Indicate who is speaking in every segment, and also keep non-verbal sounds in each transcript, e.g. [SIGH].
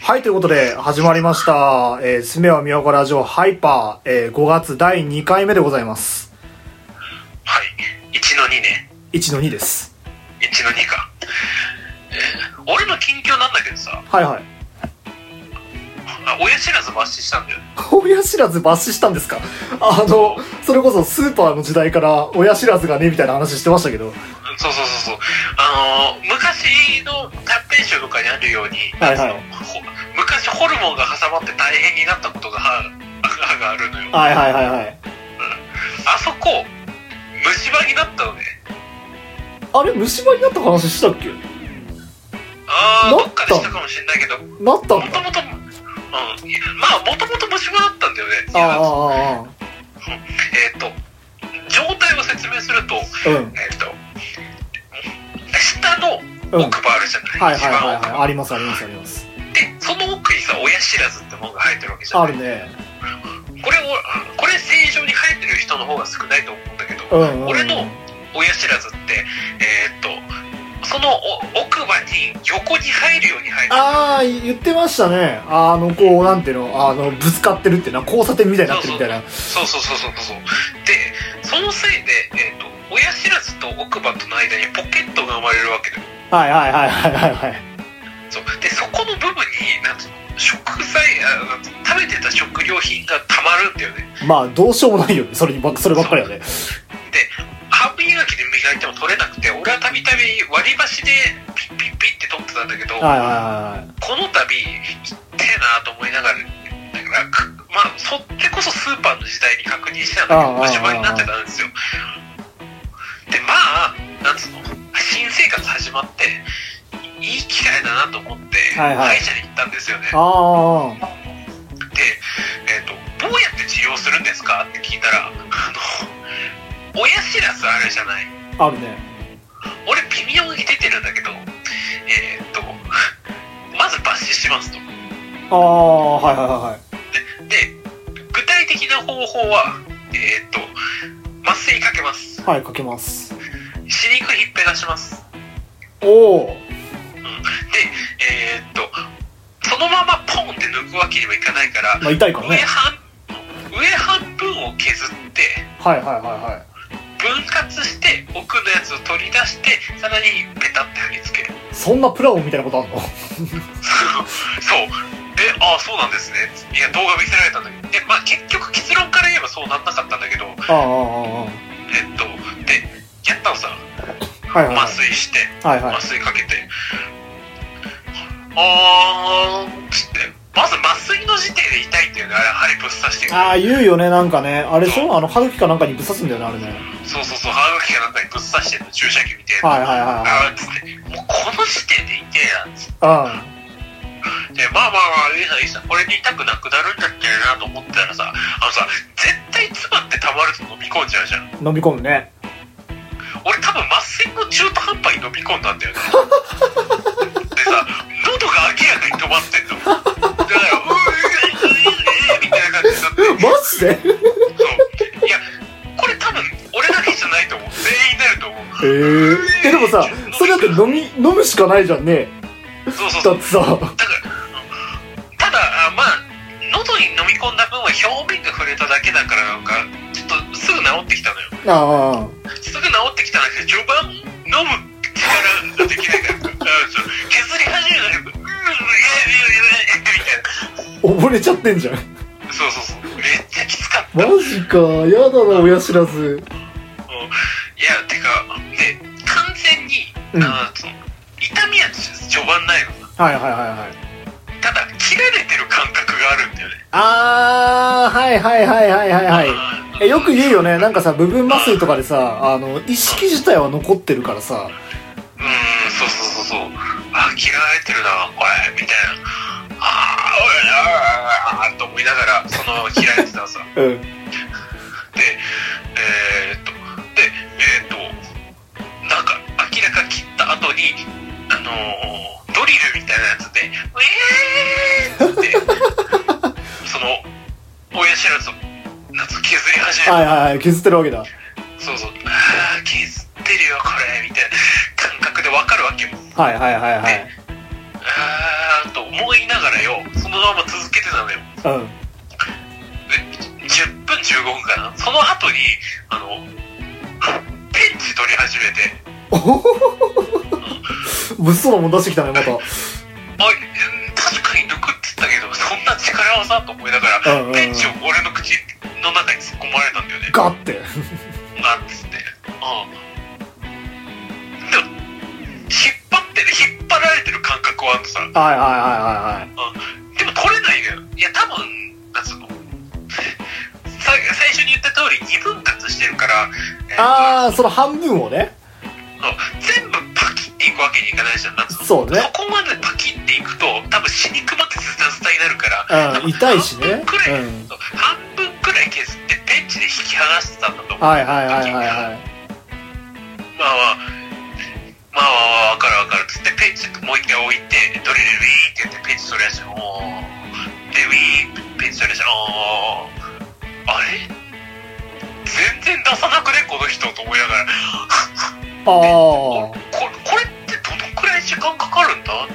Speaker 1: はい、ということで、始まりました。えー、すめはみわかラジオハイパー、えー、5月第2回目でございます。
Speaker 2: はい。1の2ね。
Speaker 1: 1の2です。
Speaker 2: 1の2か。えー俺の近況なんだけどさ、
Speaker 1: はいはい。 [LAUGHS]
Speaker 2: あ親知らず抜歯したんだよね。
Speaker 1: 親知らず抜歯したんですか [LAUGHS] あの、それこそスーパーの時代から親知らずがね、みたいな話してましたけど。
Speaker 2: そうそうそうそう。あのー昔の短編集とかにあるように、
Speaker 1: はいはい
Speaker 2: ほ昔ホルモンが挟まって大変になったことが歯歯があるのよ。
Speaker 1: はいはいはいはい。
Speaker 2: あそこ、虫歯になったのね。
Speaker 1: あれ、虫歯になった話したっけ
Speaker 2: あ
Speaker 1: な
Speaker 2: あ、ど
Speaker 1: った
Speaker 2: っかでしたかもしれないけど、も
Speaker 1: なったん
Speaker 2: と
Speaker 1: だ。
Speaker 2: もと、うん、いやまあ、もともと虫歯だったんだよね。
Speaker 1: ああ、ああ、あ
Speaker 2: えっ、と、状態を説明すると、
Speaker 1: あ。うん。
Speaker 2: えっ、と、下の
Speaker 1: うん。
Speaker 2: 奥歯あるじゃない、
Speaker 1: はいはいはい
Speaker 2: 一番
Speaker 1: はい。ありますありますあります。
Speaker 2: 奥歯で、その奥にさ、親知らずってものが生えてるわけじゃ
Speaker 1: あ
Speaker 2: ない
Speaker 1: るね。
Speaker 2: これを、これ正常に生えてる人の方が少ないと思うんだけど、
Speaker 1: うんうんうん。
Speaker 2: 俺の親知らずって、えっ、と、そのお奥歯に横に入るように生えてる。
Speaker 1: ああ、言ってましたね。あの、こう、なんていうの、あの、ぶつかってるっていうのは交差点みたいになってるみたいな。
Speaker 2: そうそうそうそうそう。で、そのせいで、えっ、と、親知らずと奥歯との間にポケットが生まれるわけだよ
Speaker 1: はいはいはいはいはいはい。
Speaker 2: そうでそこの部分になんつうの食材あなんつうの食べてた食料品がたまるんだよね
Speaker 1: まあ、どうしようもないよね。それにばっ、そればっかりはね。
Speaker 2: 歯磨きで磨いても取れなくて俺はたびたび割り箸でピッピッピッって取ってたんだけどこ
Speaker 1: はいはいはいはい。
Speaker 2: の度痛ってえなと思いながらだからかまあそってこそスーパーの時代に確認したんだけ
Speaker 1: ああ
Speaker 2: ど虫歯になってたんですよでまあなんつうの新生活始まっていい機会だなと思って
Speaker 1: はいは
Speaker 2: 歯
Speaker 1: い
Speaker 2: 医者に行ったんですよね、
Speaker 1: ああ、
Speaker 2: で、えーと「どうやって治療するんですか?」って聞いたら「あの親知らずあるじゃない
Speaker 1: あるね。
Speaker 2: 俺微妙に出てるんだけどえっ、とまず抜歯します」と。
Speaker 1: ああ、はいはいはいはい。
Speaker 2: で具体的な方法はえっ、と麻酔かけます
Speaker 1: はい、かけます。
Speaker 2: 歯肉ひっぺがします
Speaker 1: おお、
Speaker 2: えっ、とそのままポンって抜くわけにもいかないから
Speaker 1: まあ、痛いから
Speaker 2: 上
Speaker 1: ね。
Speaker 2: 半上半分を削って
Speaker 1: はいはいはいはい。
Speaker 2: 分割して奥のやつを取り出してさらにペタって貼り付ける
Speaker 1: そんなプラオみたいなことあんの
Speaker 2: [LAUGHS] そうでああそうなんですねいや動画見せられたんだけどでまあ結局結論から言えばそうなんなかったんだけど
Speaker 1: ああ、あ
Speaker 2: えっとでやったのさ
Speaker 1: あ、はいはい。
Speaker 2: 麻酔して
Speaker 1: はいはい
Speaker 2: 麻。酔かけて、あーつってまず麻酔の時点で痛いっていうのはあれぶっ刺してる
Speaker 1: ああ、言うよね、なんかね。あれでしょあの、歯茎かなんかにぶっ刺すんだよね、あれね。
Speaker 2: そうそうそう歯茎かなんかにぶっ刺してるの注射器みたいな、
Speaker 1: はいはいはいはい。
Speaker 2: あーつってもうこの時点で痛えな
Speaker 1: うん。
Speaker 2: でまあまあまあいいさいいさこれで痛くなくなるんだっけなと思ってたらさあのさ絶対唾ってたまると飲み込んじゃうじゃん
Speaker 1: 飲み込むね
Speaker 2: 俺多分麻酔の中途半端に飲み込んだんだよねでさ喉が明らかに止まってんのだから「うーみたいな感じになって
Speaker 1: マジで
Speaker 2: そういやこれ多分俺だけじゃないと思う全員なると思う
Speaker 1: ええでもさそれだって飲み飲むしかないじゃんね
Speaker 2: そうそうそ
Speaker 1: だ
Speaker 2: う
Speaker 1: ってさ
Speaker 2: だからうんただあまあ喉に飲み込んだ分は表面が触れただけだからなんかちょっとすぐ治ってきたのよ
Speaker 1: あ
Speaker 2: すぐ治ってきたんだけど序盤飲む力ができないからあそう削り始めたら「うんいやいやいやいや」
Speaker 1: あ
Speaker 2: みたい
Speaker 1: 溺れちゃってんじゃん
Speaker 2: なそうそうそうめっちゃきつかった
Speaker 1: マジかやだな親知らず
Speaker 2: いやてかで完全に、
Speaker 1: うんはい
Speaker 2: あその痛みは序盤ないのさ
Speaker 1: はいはいはい
Speaker 2: ただ切られてる感覚があるんだよね
Speaker 1: あーはいはいはいはいはいはい
Speaker 2: い
Speaker 1: えよく言うよねなんかさ部分麻酔とかでさあの意識自体は残ってるからさ
Speaker 2: うーん、そうそうそうそう。あ、嫌われてるな、これ、みたいな。あーおいあー、あーあーと思いながら、その、嫌われてたさ。
Speaker 1: うん
Speaker 2: で、えー、っと、で、えー、っと、なんか、明らか切った後に、あのードリルみたいなやつで、ウェーって、その、親知らずを、なんつうの削り始めた
Speaker 1: はいはいはい削ってるわけだ
Speaker 2: そうそう、あー、削ってるよ、これ、みたいな感覚でわかるわけよ。
Speaker 1: はいはいはいはい
Speaker 2: あーと思っ思いながらよ、そのまま続けてたのよ。
Speaker 1: うん。 [LAUGHS]
Speaker 2: で10分15分かな。その後に、あの、ペンチ取り始めて、
Speaker 1: おほほほほ物騒なもん出してきたね、また。
Speaker 2: あ、うん確かに抜くって言ったけど、そんな力技と思いなが
Speaker 1: うんうんうん
Speaker 2: ら、ペンチを俺の口の中に突っ込まれたんだよね。
Speaker 1: ガッて。
Speaker 2: なんつって。うん。でも、引っ張ってる、引っ張られてる感覚はあるのさ。
Speaker 1: はいはいはいはいはい。
Speaker 2: でも取れないのよ。いや、多分、なんつうの。さ最初に言った通り、二分割してるから、えーと
Speaker 1: あー、その半分をね。
Speaker 2: そう全部パキっていくわけにいかないじゃん。なんつ
Speaker 1: そ
Speaker 2: うの
Speaker 1: うね
Speaker 2: そこまでパキっていくと、多分死肉までズタズタになるから、
Speaker 1: うん、痛いしね。
Speaker 2: 半分くらい、
Speaker 1: うん。
Speaker 2: そう半分くらい削ってペンチで引き剥がしてたんだと思う。
Speaker 1: はいはいはいはいはい。
Speaker 2: まあまあ、まあまあまあ、わかるわかるっつって、ペンチもう一回置いて、ドリルウィーンってやって、ペンチ取り出して、おー。で、ウィーン、ペンチ取り出して、おー。あれ全然出さなくね、この人と思いながら。
Speaker 1: あ
Speaker 2: ここれってどのくらい時間かかるんだ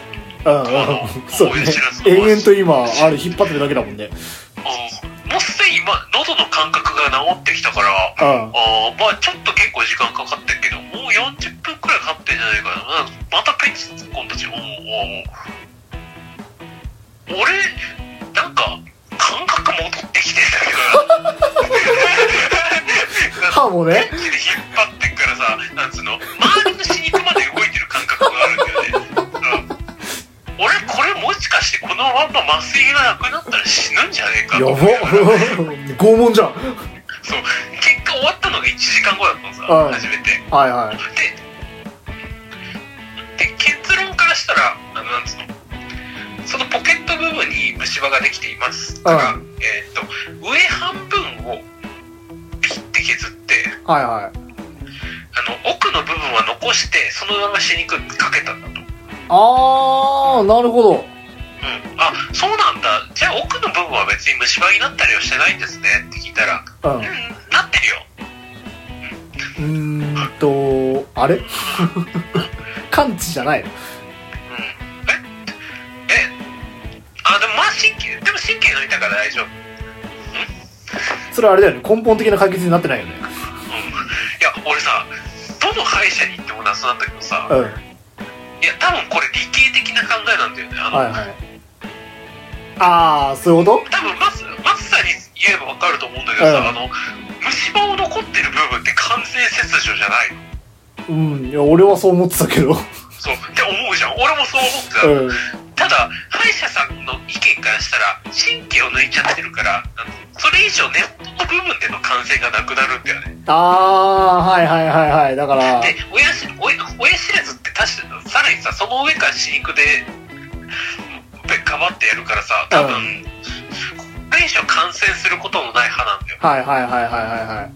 Speaker 2: うん。
Speaker 1: あ、うんうん、そうね。永遠と今、あれ引っ張ってるだけだもんね。
Speaker 2: もうすでに今、喉の感覚が治ってきたから、
Speaker 1: うん。
Speaker 2: あーまあちょっと結構時間かかってるけど、もう40分くらいかかってんじゃないかな。なんかまたペンチ突っ込んだし、おうおうおう俺、なんか、感覚戻ってきてんだけどな。なんか
Speaker 1: 歯もね。
Speaker 2: ペンチで引っ張ってっからさ、なんつうの、周りの死肉まで動いてる感覚があるんだよね。うん俺、これもしかしてこのまんま麻酔がなくなったら死ぬんじゃねえか
Speaker 1: や
Speaker 2: と
Speaker 1: ば [LAUGHS] っ
Speaker 2: 思いながら
Speaker 1: 拷問じゃん。
Speaker 2: そう結果終わったのが1時間後だったのさ、
Speaker 1: はい
Speaker 2: 初めて。
Speaker 1: はいはい。
Speaker 2: でで結論からしたらあのなんつうのそのポケット部分に虫歯ができていますだから、
Speaker 1: う
Speaker 2: えーっと上半分をピッて削って
Speaker 1: はいはい。
Speaker 2: あの奥の部分は残してそのまま死肉かけたんだと。
Speaker 1: ああ、なるほど。
Speaker 2: うん、あそうなんだじゃあ奥の部分は別に虫歯になったりはしてないんですねって聞いたら「
Speaker 1: うん
Speaker 2: うんなってるよ」
Speaker 1: うーんと、あれ完治じゃないの
Speaker 2: うんええあでもまあ神経でも神経抜いたから大丈夫
Speaker 1: それはあれだよね。根本的な解決になってないよね。
Speaker 2: うんいや俺さどの歯医者に行っても謎なんだけどさ
Speaker 1: うん。はい
Speaker 2: いや多分これ理系的な考えなんだよねあの、
Speaker 1: はい。ああ、そういうこ
Speaker 2: 多分マスマスさんに言えば分かると思うんだけどさ、
Speaker 1: うん
Speaker 2: あの虫歯を残ってる部分って完全切除じゃないの
Speaker 1: とうん。いや、俺はそう思ってたけど。
Speaker 2: そうって思うじゃん俺もそう思ってた、
Speaker 1: うん。
Speaker 2: ただ歯医者さんの意見からしたら神経を抜いちゃってるからあのそれ以上根元の部分での感染がなくなるんだよね
Speaker 1: ああ、はいはいはいはい。だから、
Speaker 2: で親し親親知らずって確かさらにさその上から飼育ででかばってやるからさ多分、
Speaker 1: う
Speaker 2: これ以上感染することのない歯なんだよ
Speaker 1: はいはいはいはいはいはい。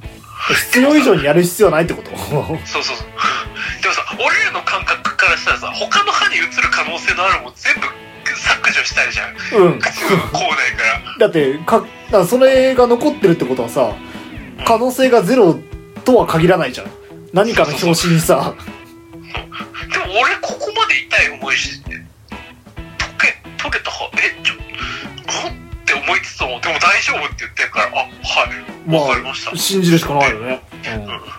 Speaker 1: 必要以上にやる必要はないってこと [LAUGHS]
Speaker 2: そうそうそう [LAUGHS] でもさ俺らの感覚からしたらさ他の歯に移る可能性のあるもん全部削除したいじゃん
Speaker 1: うん。
Speaker 2: 口の口内から
Speaker 1: だって、か、だそれが残ってるってことはさ、可能性がゼロとは限らないじゃん。何かの表紙にさ、
Speaker 2: でも俺ここまで痛い思いして溶け溶けた歯えちょあって思いつつもでも大丈夫って言ってるからあはい
Speaker 1: ま
Speaker 2: わかりました
Speaker 1: あ、信じるしかないよね。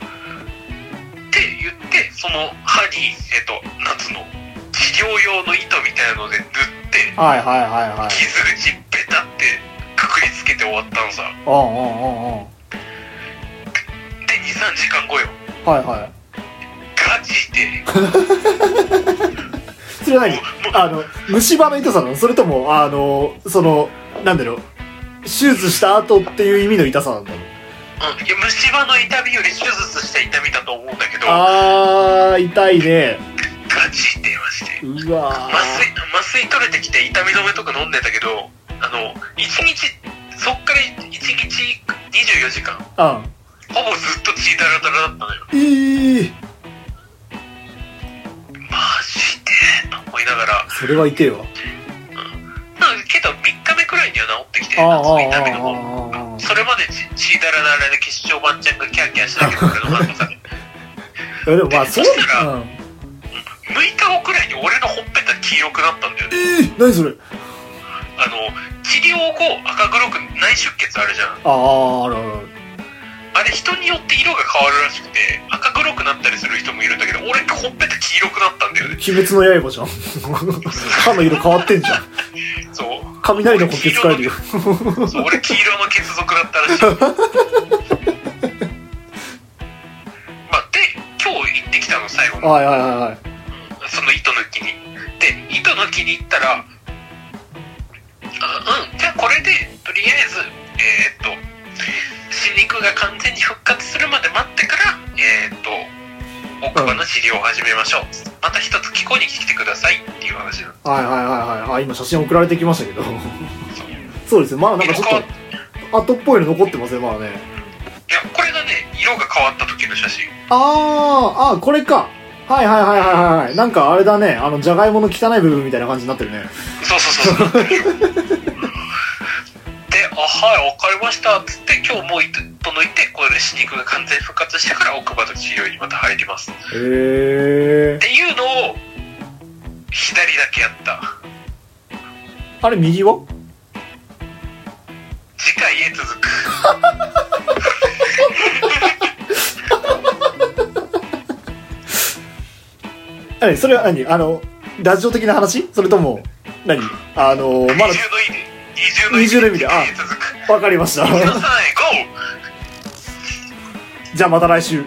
Speaker 2: って言ってその歯に、えっと夏の治療用の糸みたいなので塗って
Speaker 1: うん。はいはいはいはい。
Speaker 2: 傷口ベタってくくりつけて終わったのさ
Speaker 1: うんうんうんうん。
Speaker 2: で23時間後よ
Speaker 1: はいはい。
Speaker 2: ガチで
Speaker 1: それは何あの、虫歯の痛さなのそれとも、あの、その、なんだろう、手術した後っていう意味の痛さなんだろう
Speaker 2: うんいや虫歯の痛みより手術した痛みだと思うんだけどガ
Speaker 1: あー、痛いね。
Speaker 2: チって言いまして
Speaker 1: うわ
Speaker 2: 麻酔麻酔取れてきて痛み止めとか飲んでたけどあの1日そっから1日24時間
Speaker 1: ー。うん。
Speaker 2: ほぼずっと血だらだらだったのよ
Speaker 1: えー、
Speaker 2: マジでと思いながら
Speaker 1: それは痛えわ。
Speaker 2: うんけど3日目くらいには治ってきて、
Speaker 1: あーあ
Speaker 2: 夏
Speaker 1: ー
Speaker 2: の
Speaker 1: あ
Speaker 2: 痛み
Speaker 1: ー
Speaker 2: の方
Speaker 1: あーあー
Speaker 2: それまでち血だらだらで決勝ワンちゃんがキャーキャーしてた
Speaker 1: [LAUGHS]
Speaker 2: けど、俺の母さんが
Speaker 1: いやでもまあそう
Speaker 2: そしたら
Speaker 1: うん、
Speaker 2: 6日後くらいに俺のほっぺた黄色くなったんだよね。
Speaker 1: えー、何それ
Speaker 2: 用後赤黒く内出血あるじゃん
Speaker 1: あああるあるある
Speaker 2: あれ人によって色が変わるらしくて赤黒くなったりする人もいるんだけど俺ほっぺた黄色くなったんだよね
Speaker 1: 鬼滅の刃じゃん [LAUGHS] 歯の色変わってんじゃん
Speaker 2: そう
Speaker 1: 雷の呼吸使えるよ
Speaker 2: そう俺黄色の血族だったらしいまあで今日行ってきたの最後の
Speaker 1: はいはいはいはい
Speaker 2: その糸抜きに。で、糸抜きに行ったら、あうん、じゃあこれで、とりあえず、えーっと、新肉が完全に復活するまで待ってから、えーっと、奥歯の治療を始めましょう。また一つ聞こえに来てくださいっていう話なの。
Speaker 1: はいはいはいはいあ今写真送られてきましたけどそうですねまだなんかちょ
Speaker 2: 色変わっ
Speaker 1: っと後っぽいの残ってますねまだね
Speaker 2: いや、これがね、色が変わった時の写真。
Speaker 1: あーあこれかはいはいはいはいはいはいなんかあれだねあのじゃがいもの汚い部分みたいな感じになってるね
Speaker 2: そうそうそう
Speaker 1: [LAUGHS]
Speaker 2: そう。で、あ、はい、わかりました。つって、今日もう糸抜いて、これで死肉が完全復活してから奥歯の治療にまた入ります。
Speaker 1: へえ
Speaker 2: っていうのを左だけやった
Speaker 1: あれ右は
Speaker 2: 次回へ続く
Speaker 1: あれそれは何あのラジオ的な話それとも何あのまだ
Speaker 2: 二重の意味二重の意味
Speaker 1: 二重の意味で
Speaker 2: 次
Speaker 1: あ
Speaker 2: 回へ続く
Speaker 1: わかりました [LAUGHS]
Speaker 2: 皆さんへゴー
Speaker 1: じゃあまた来週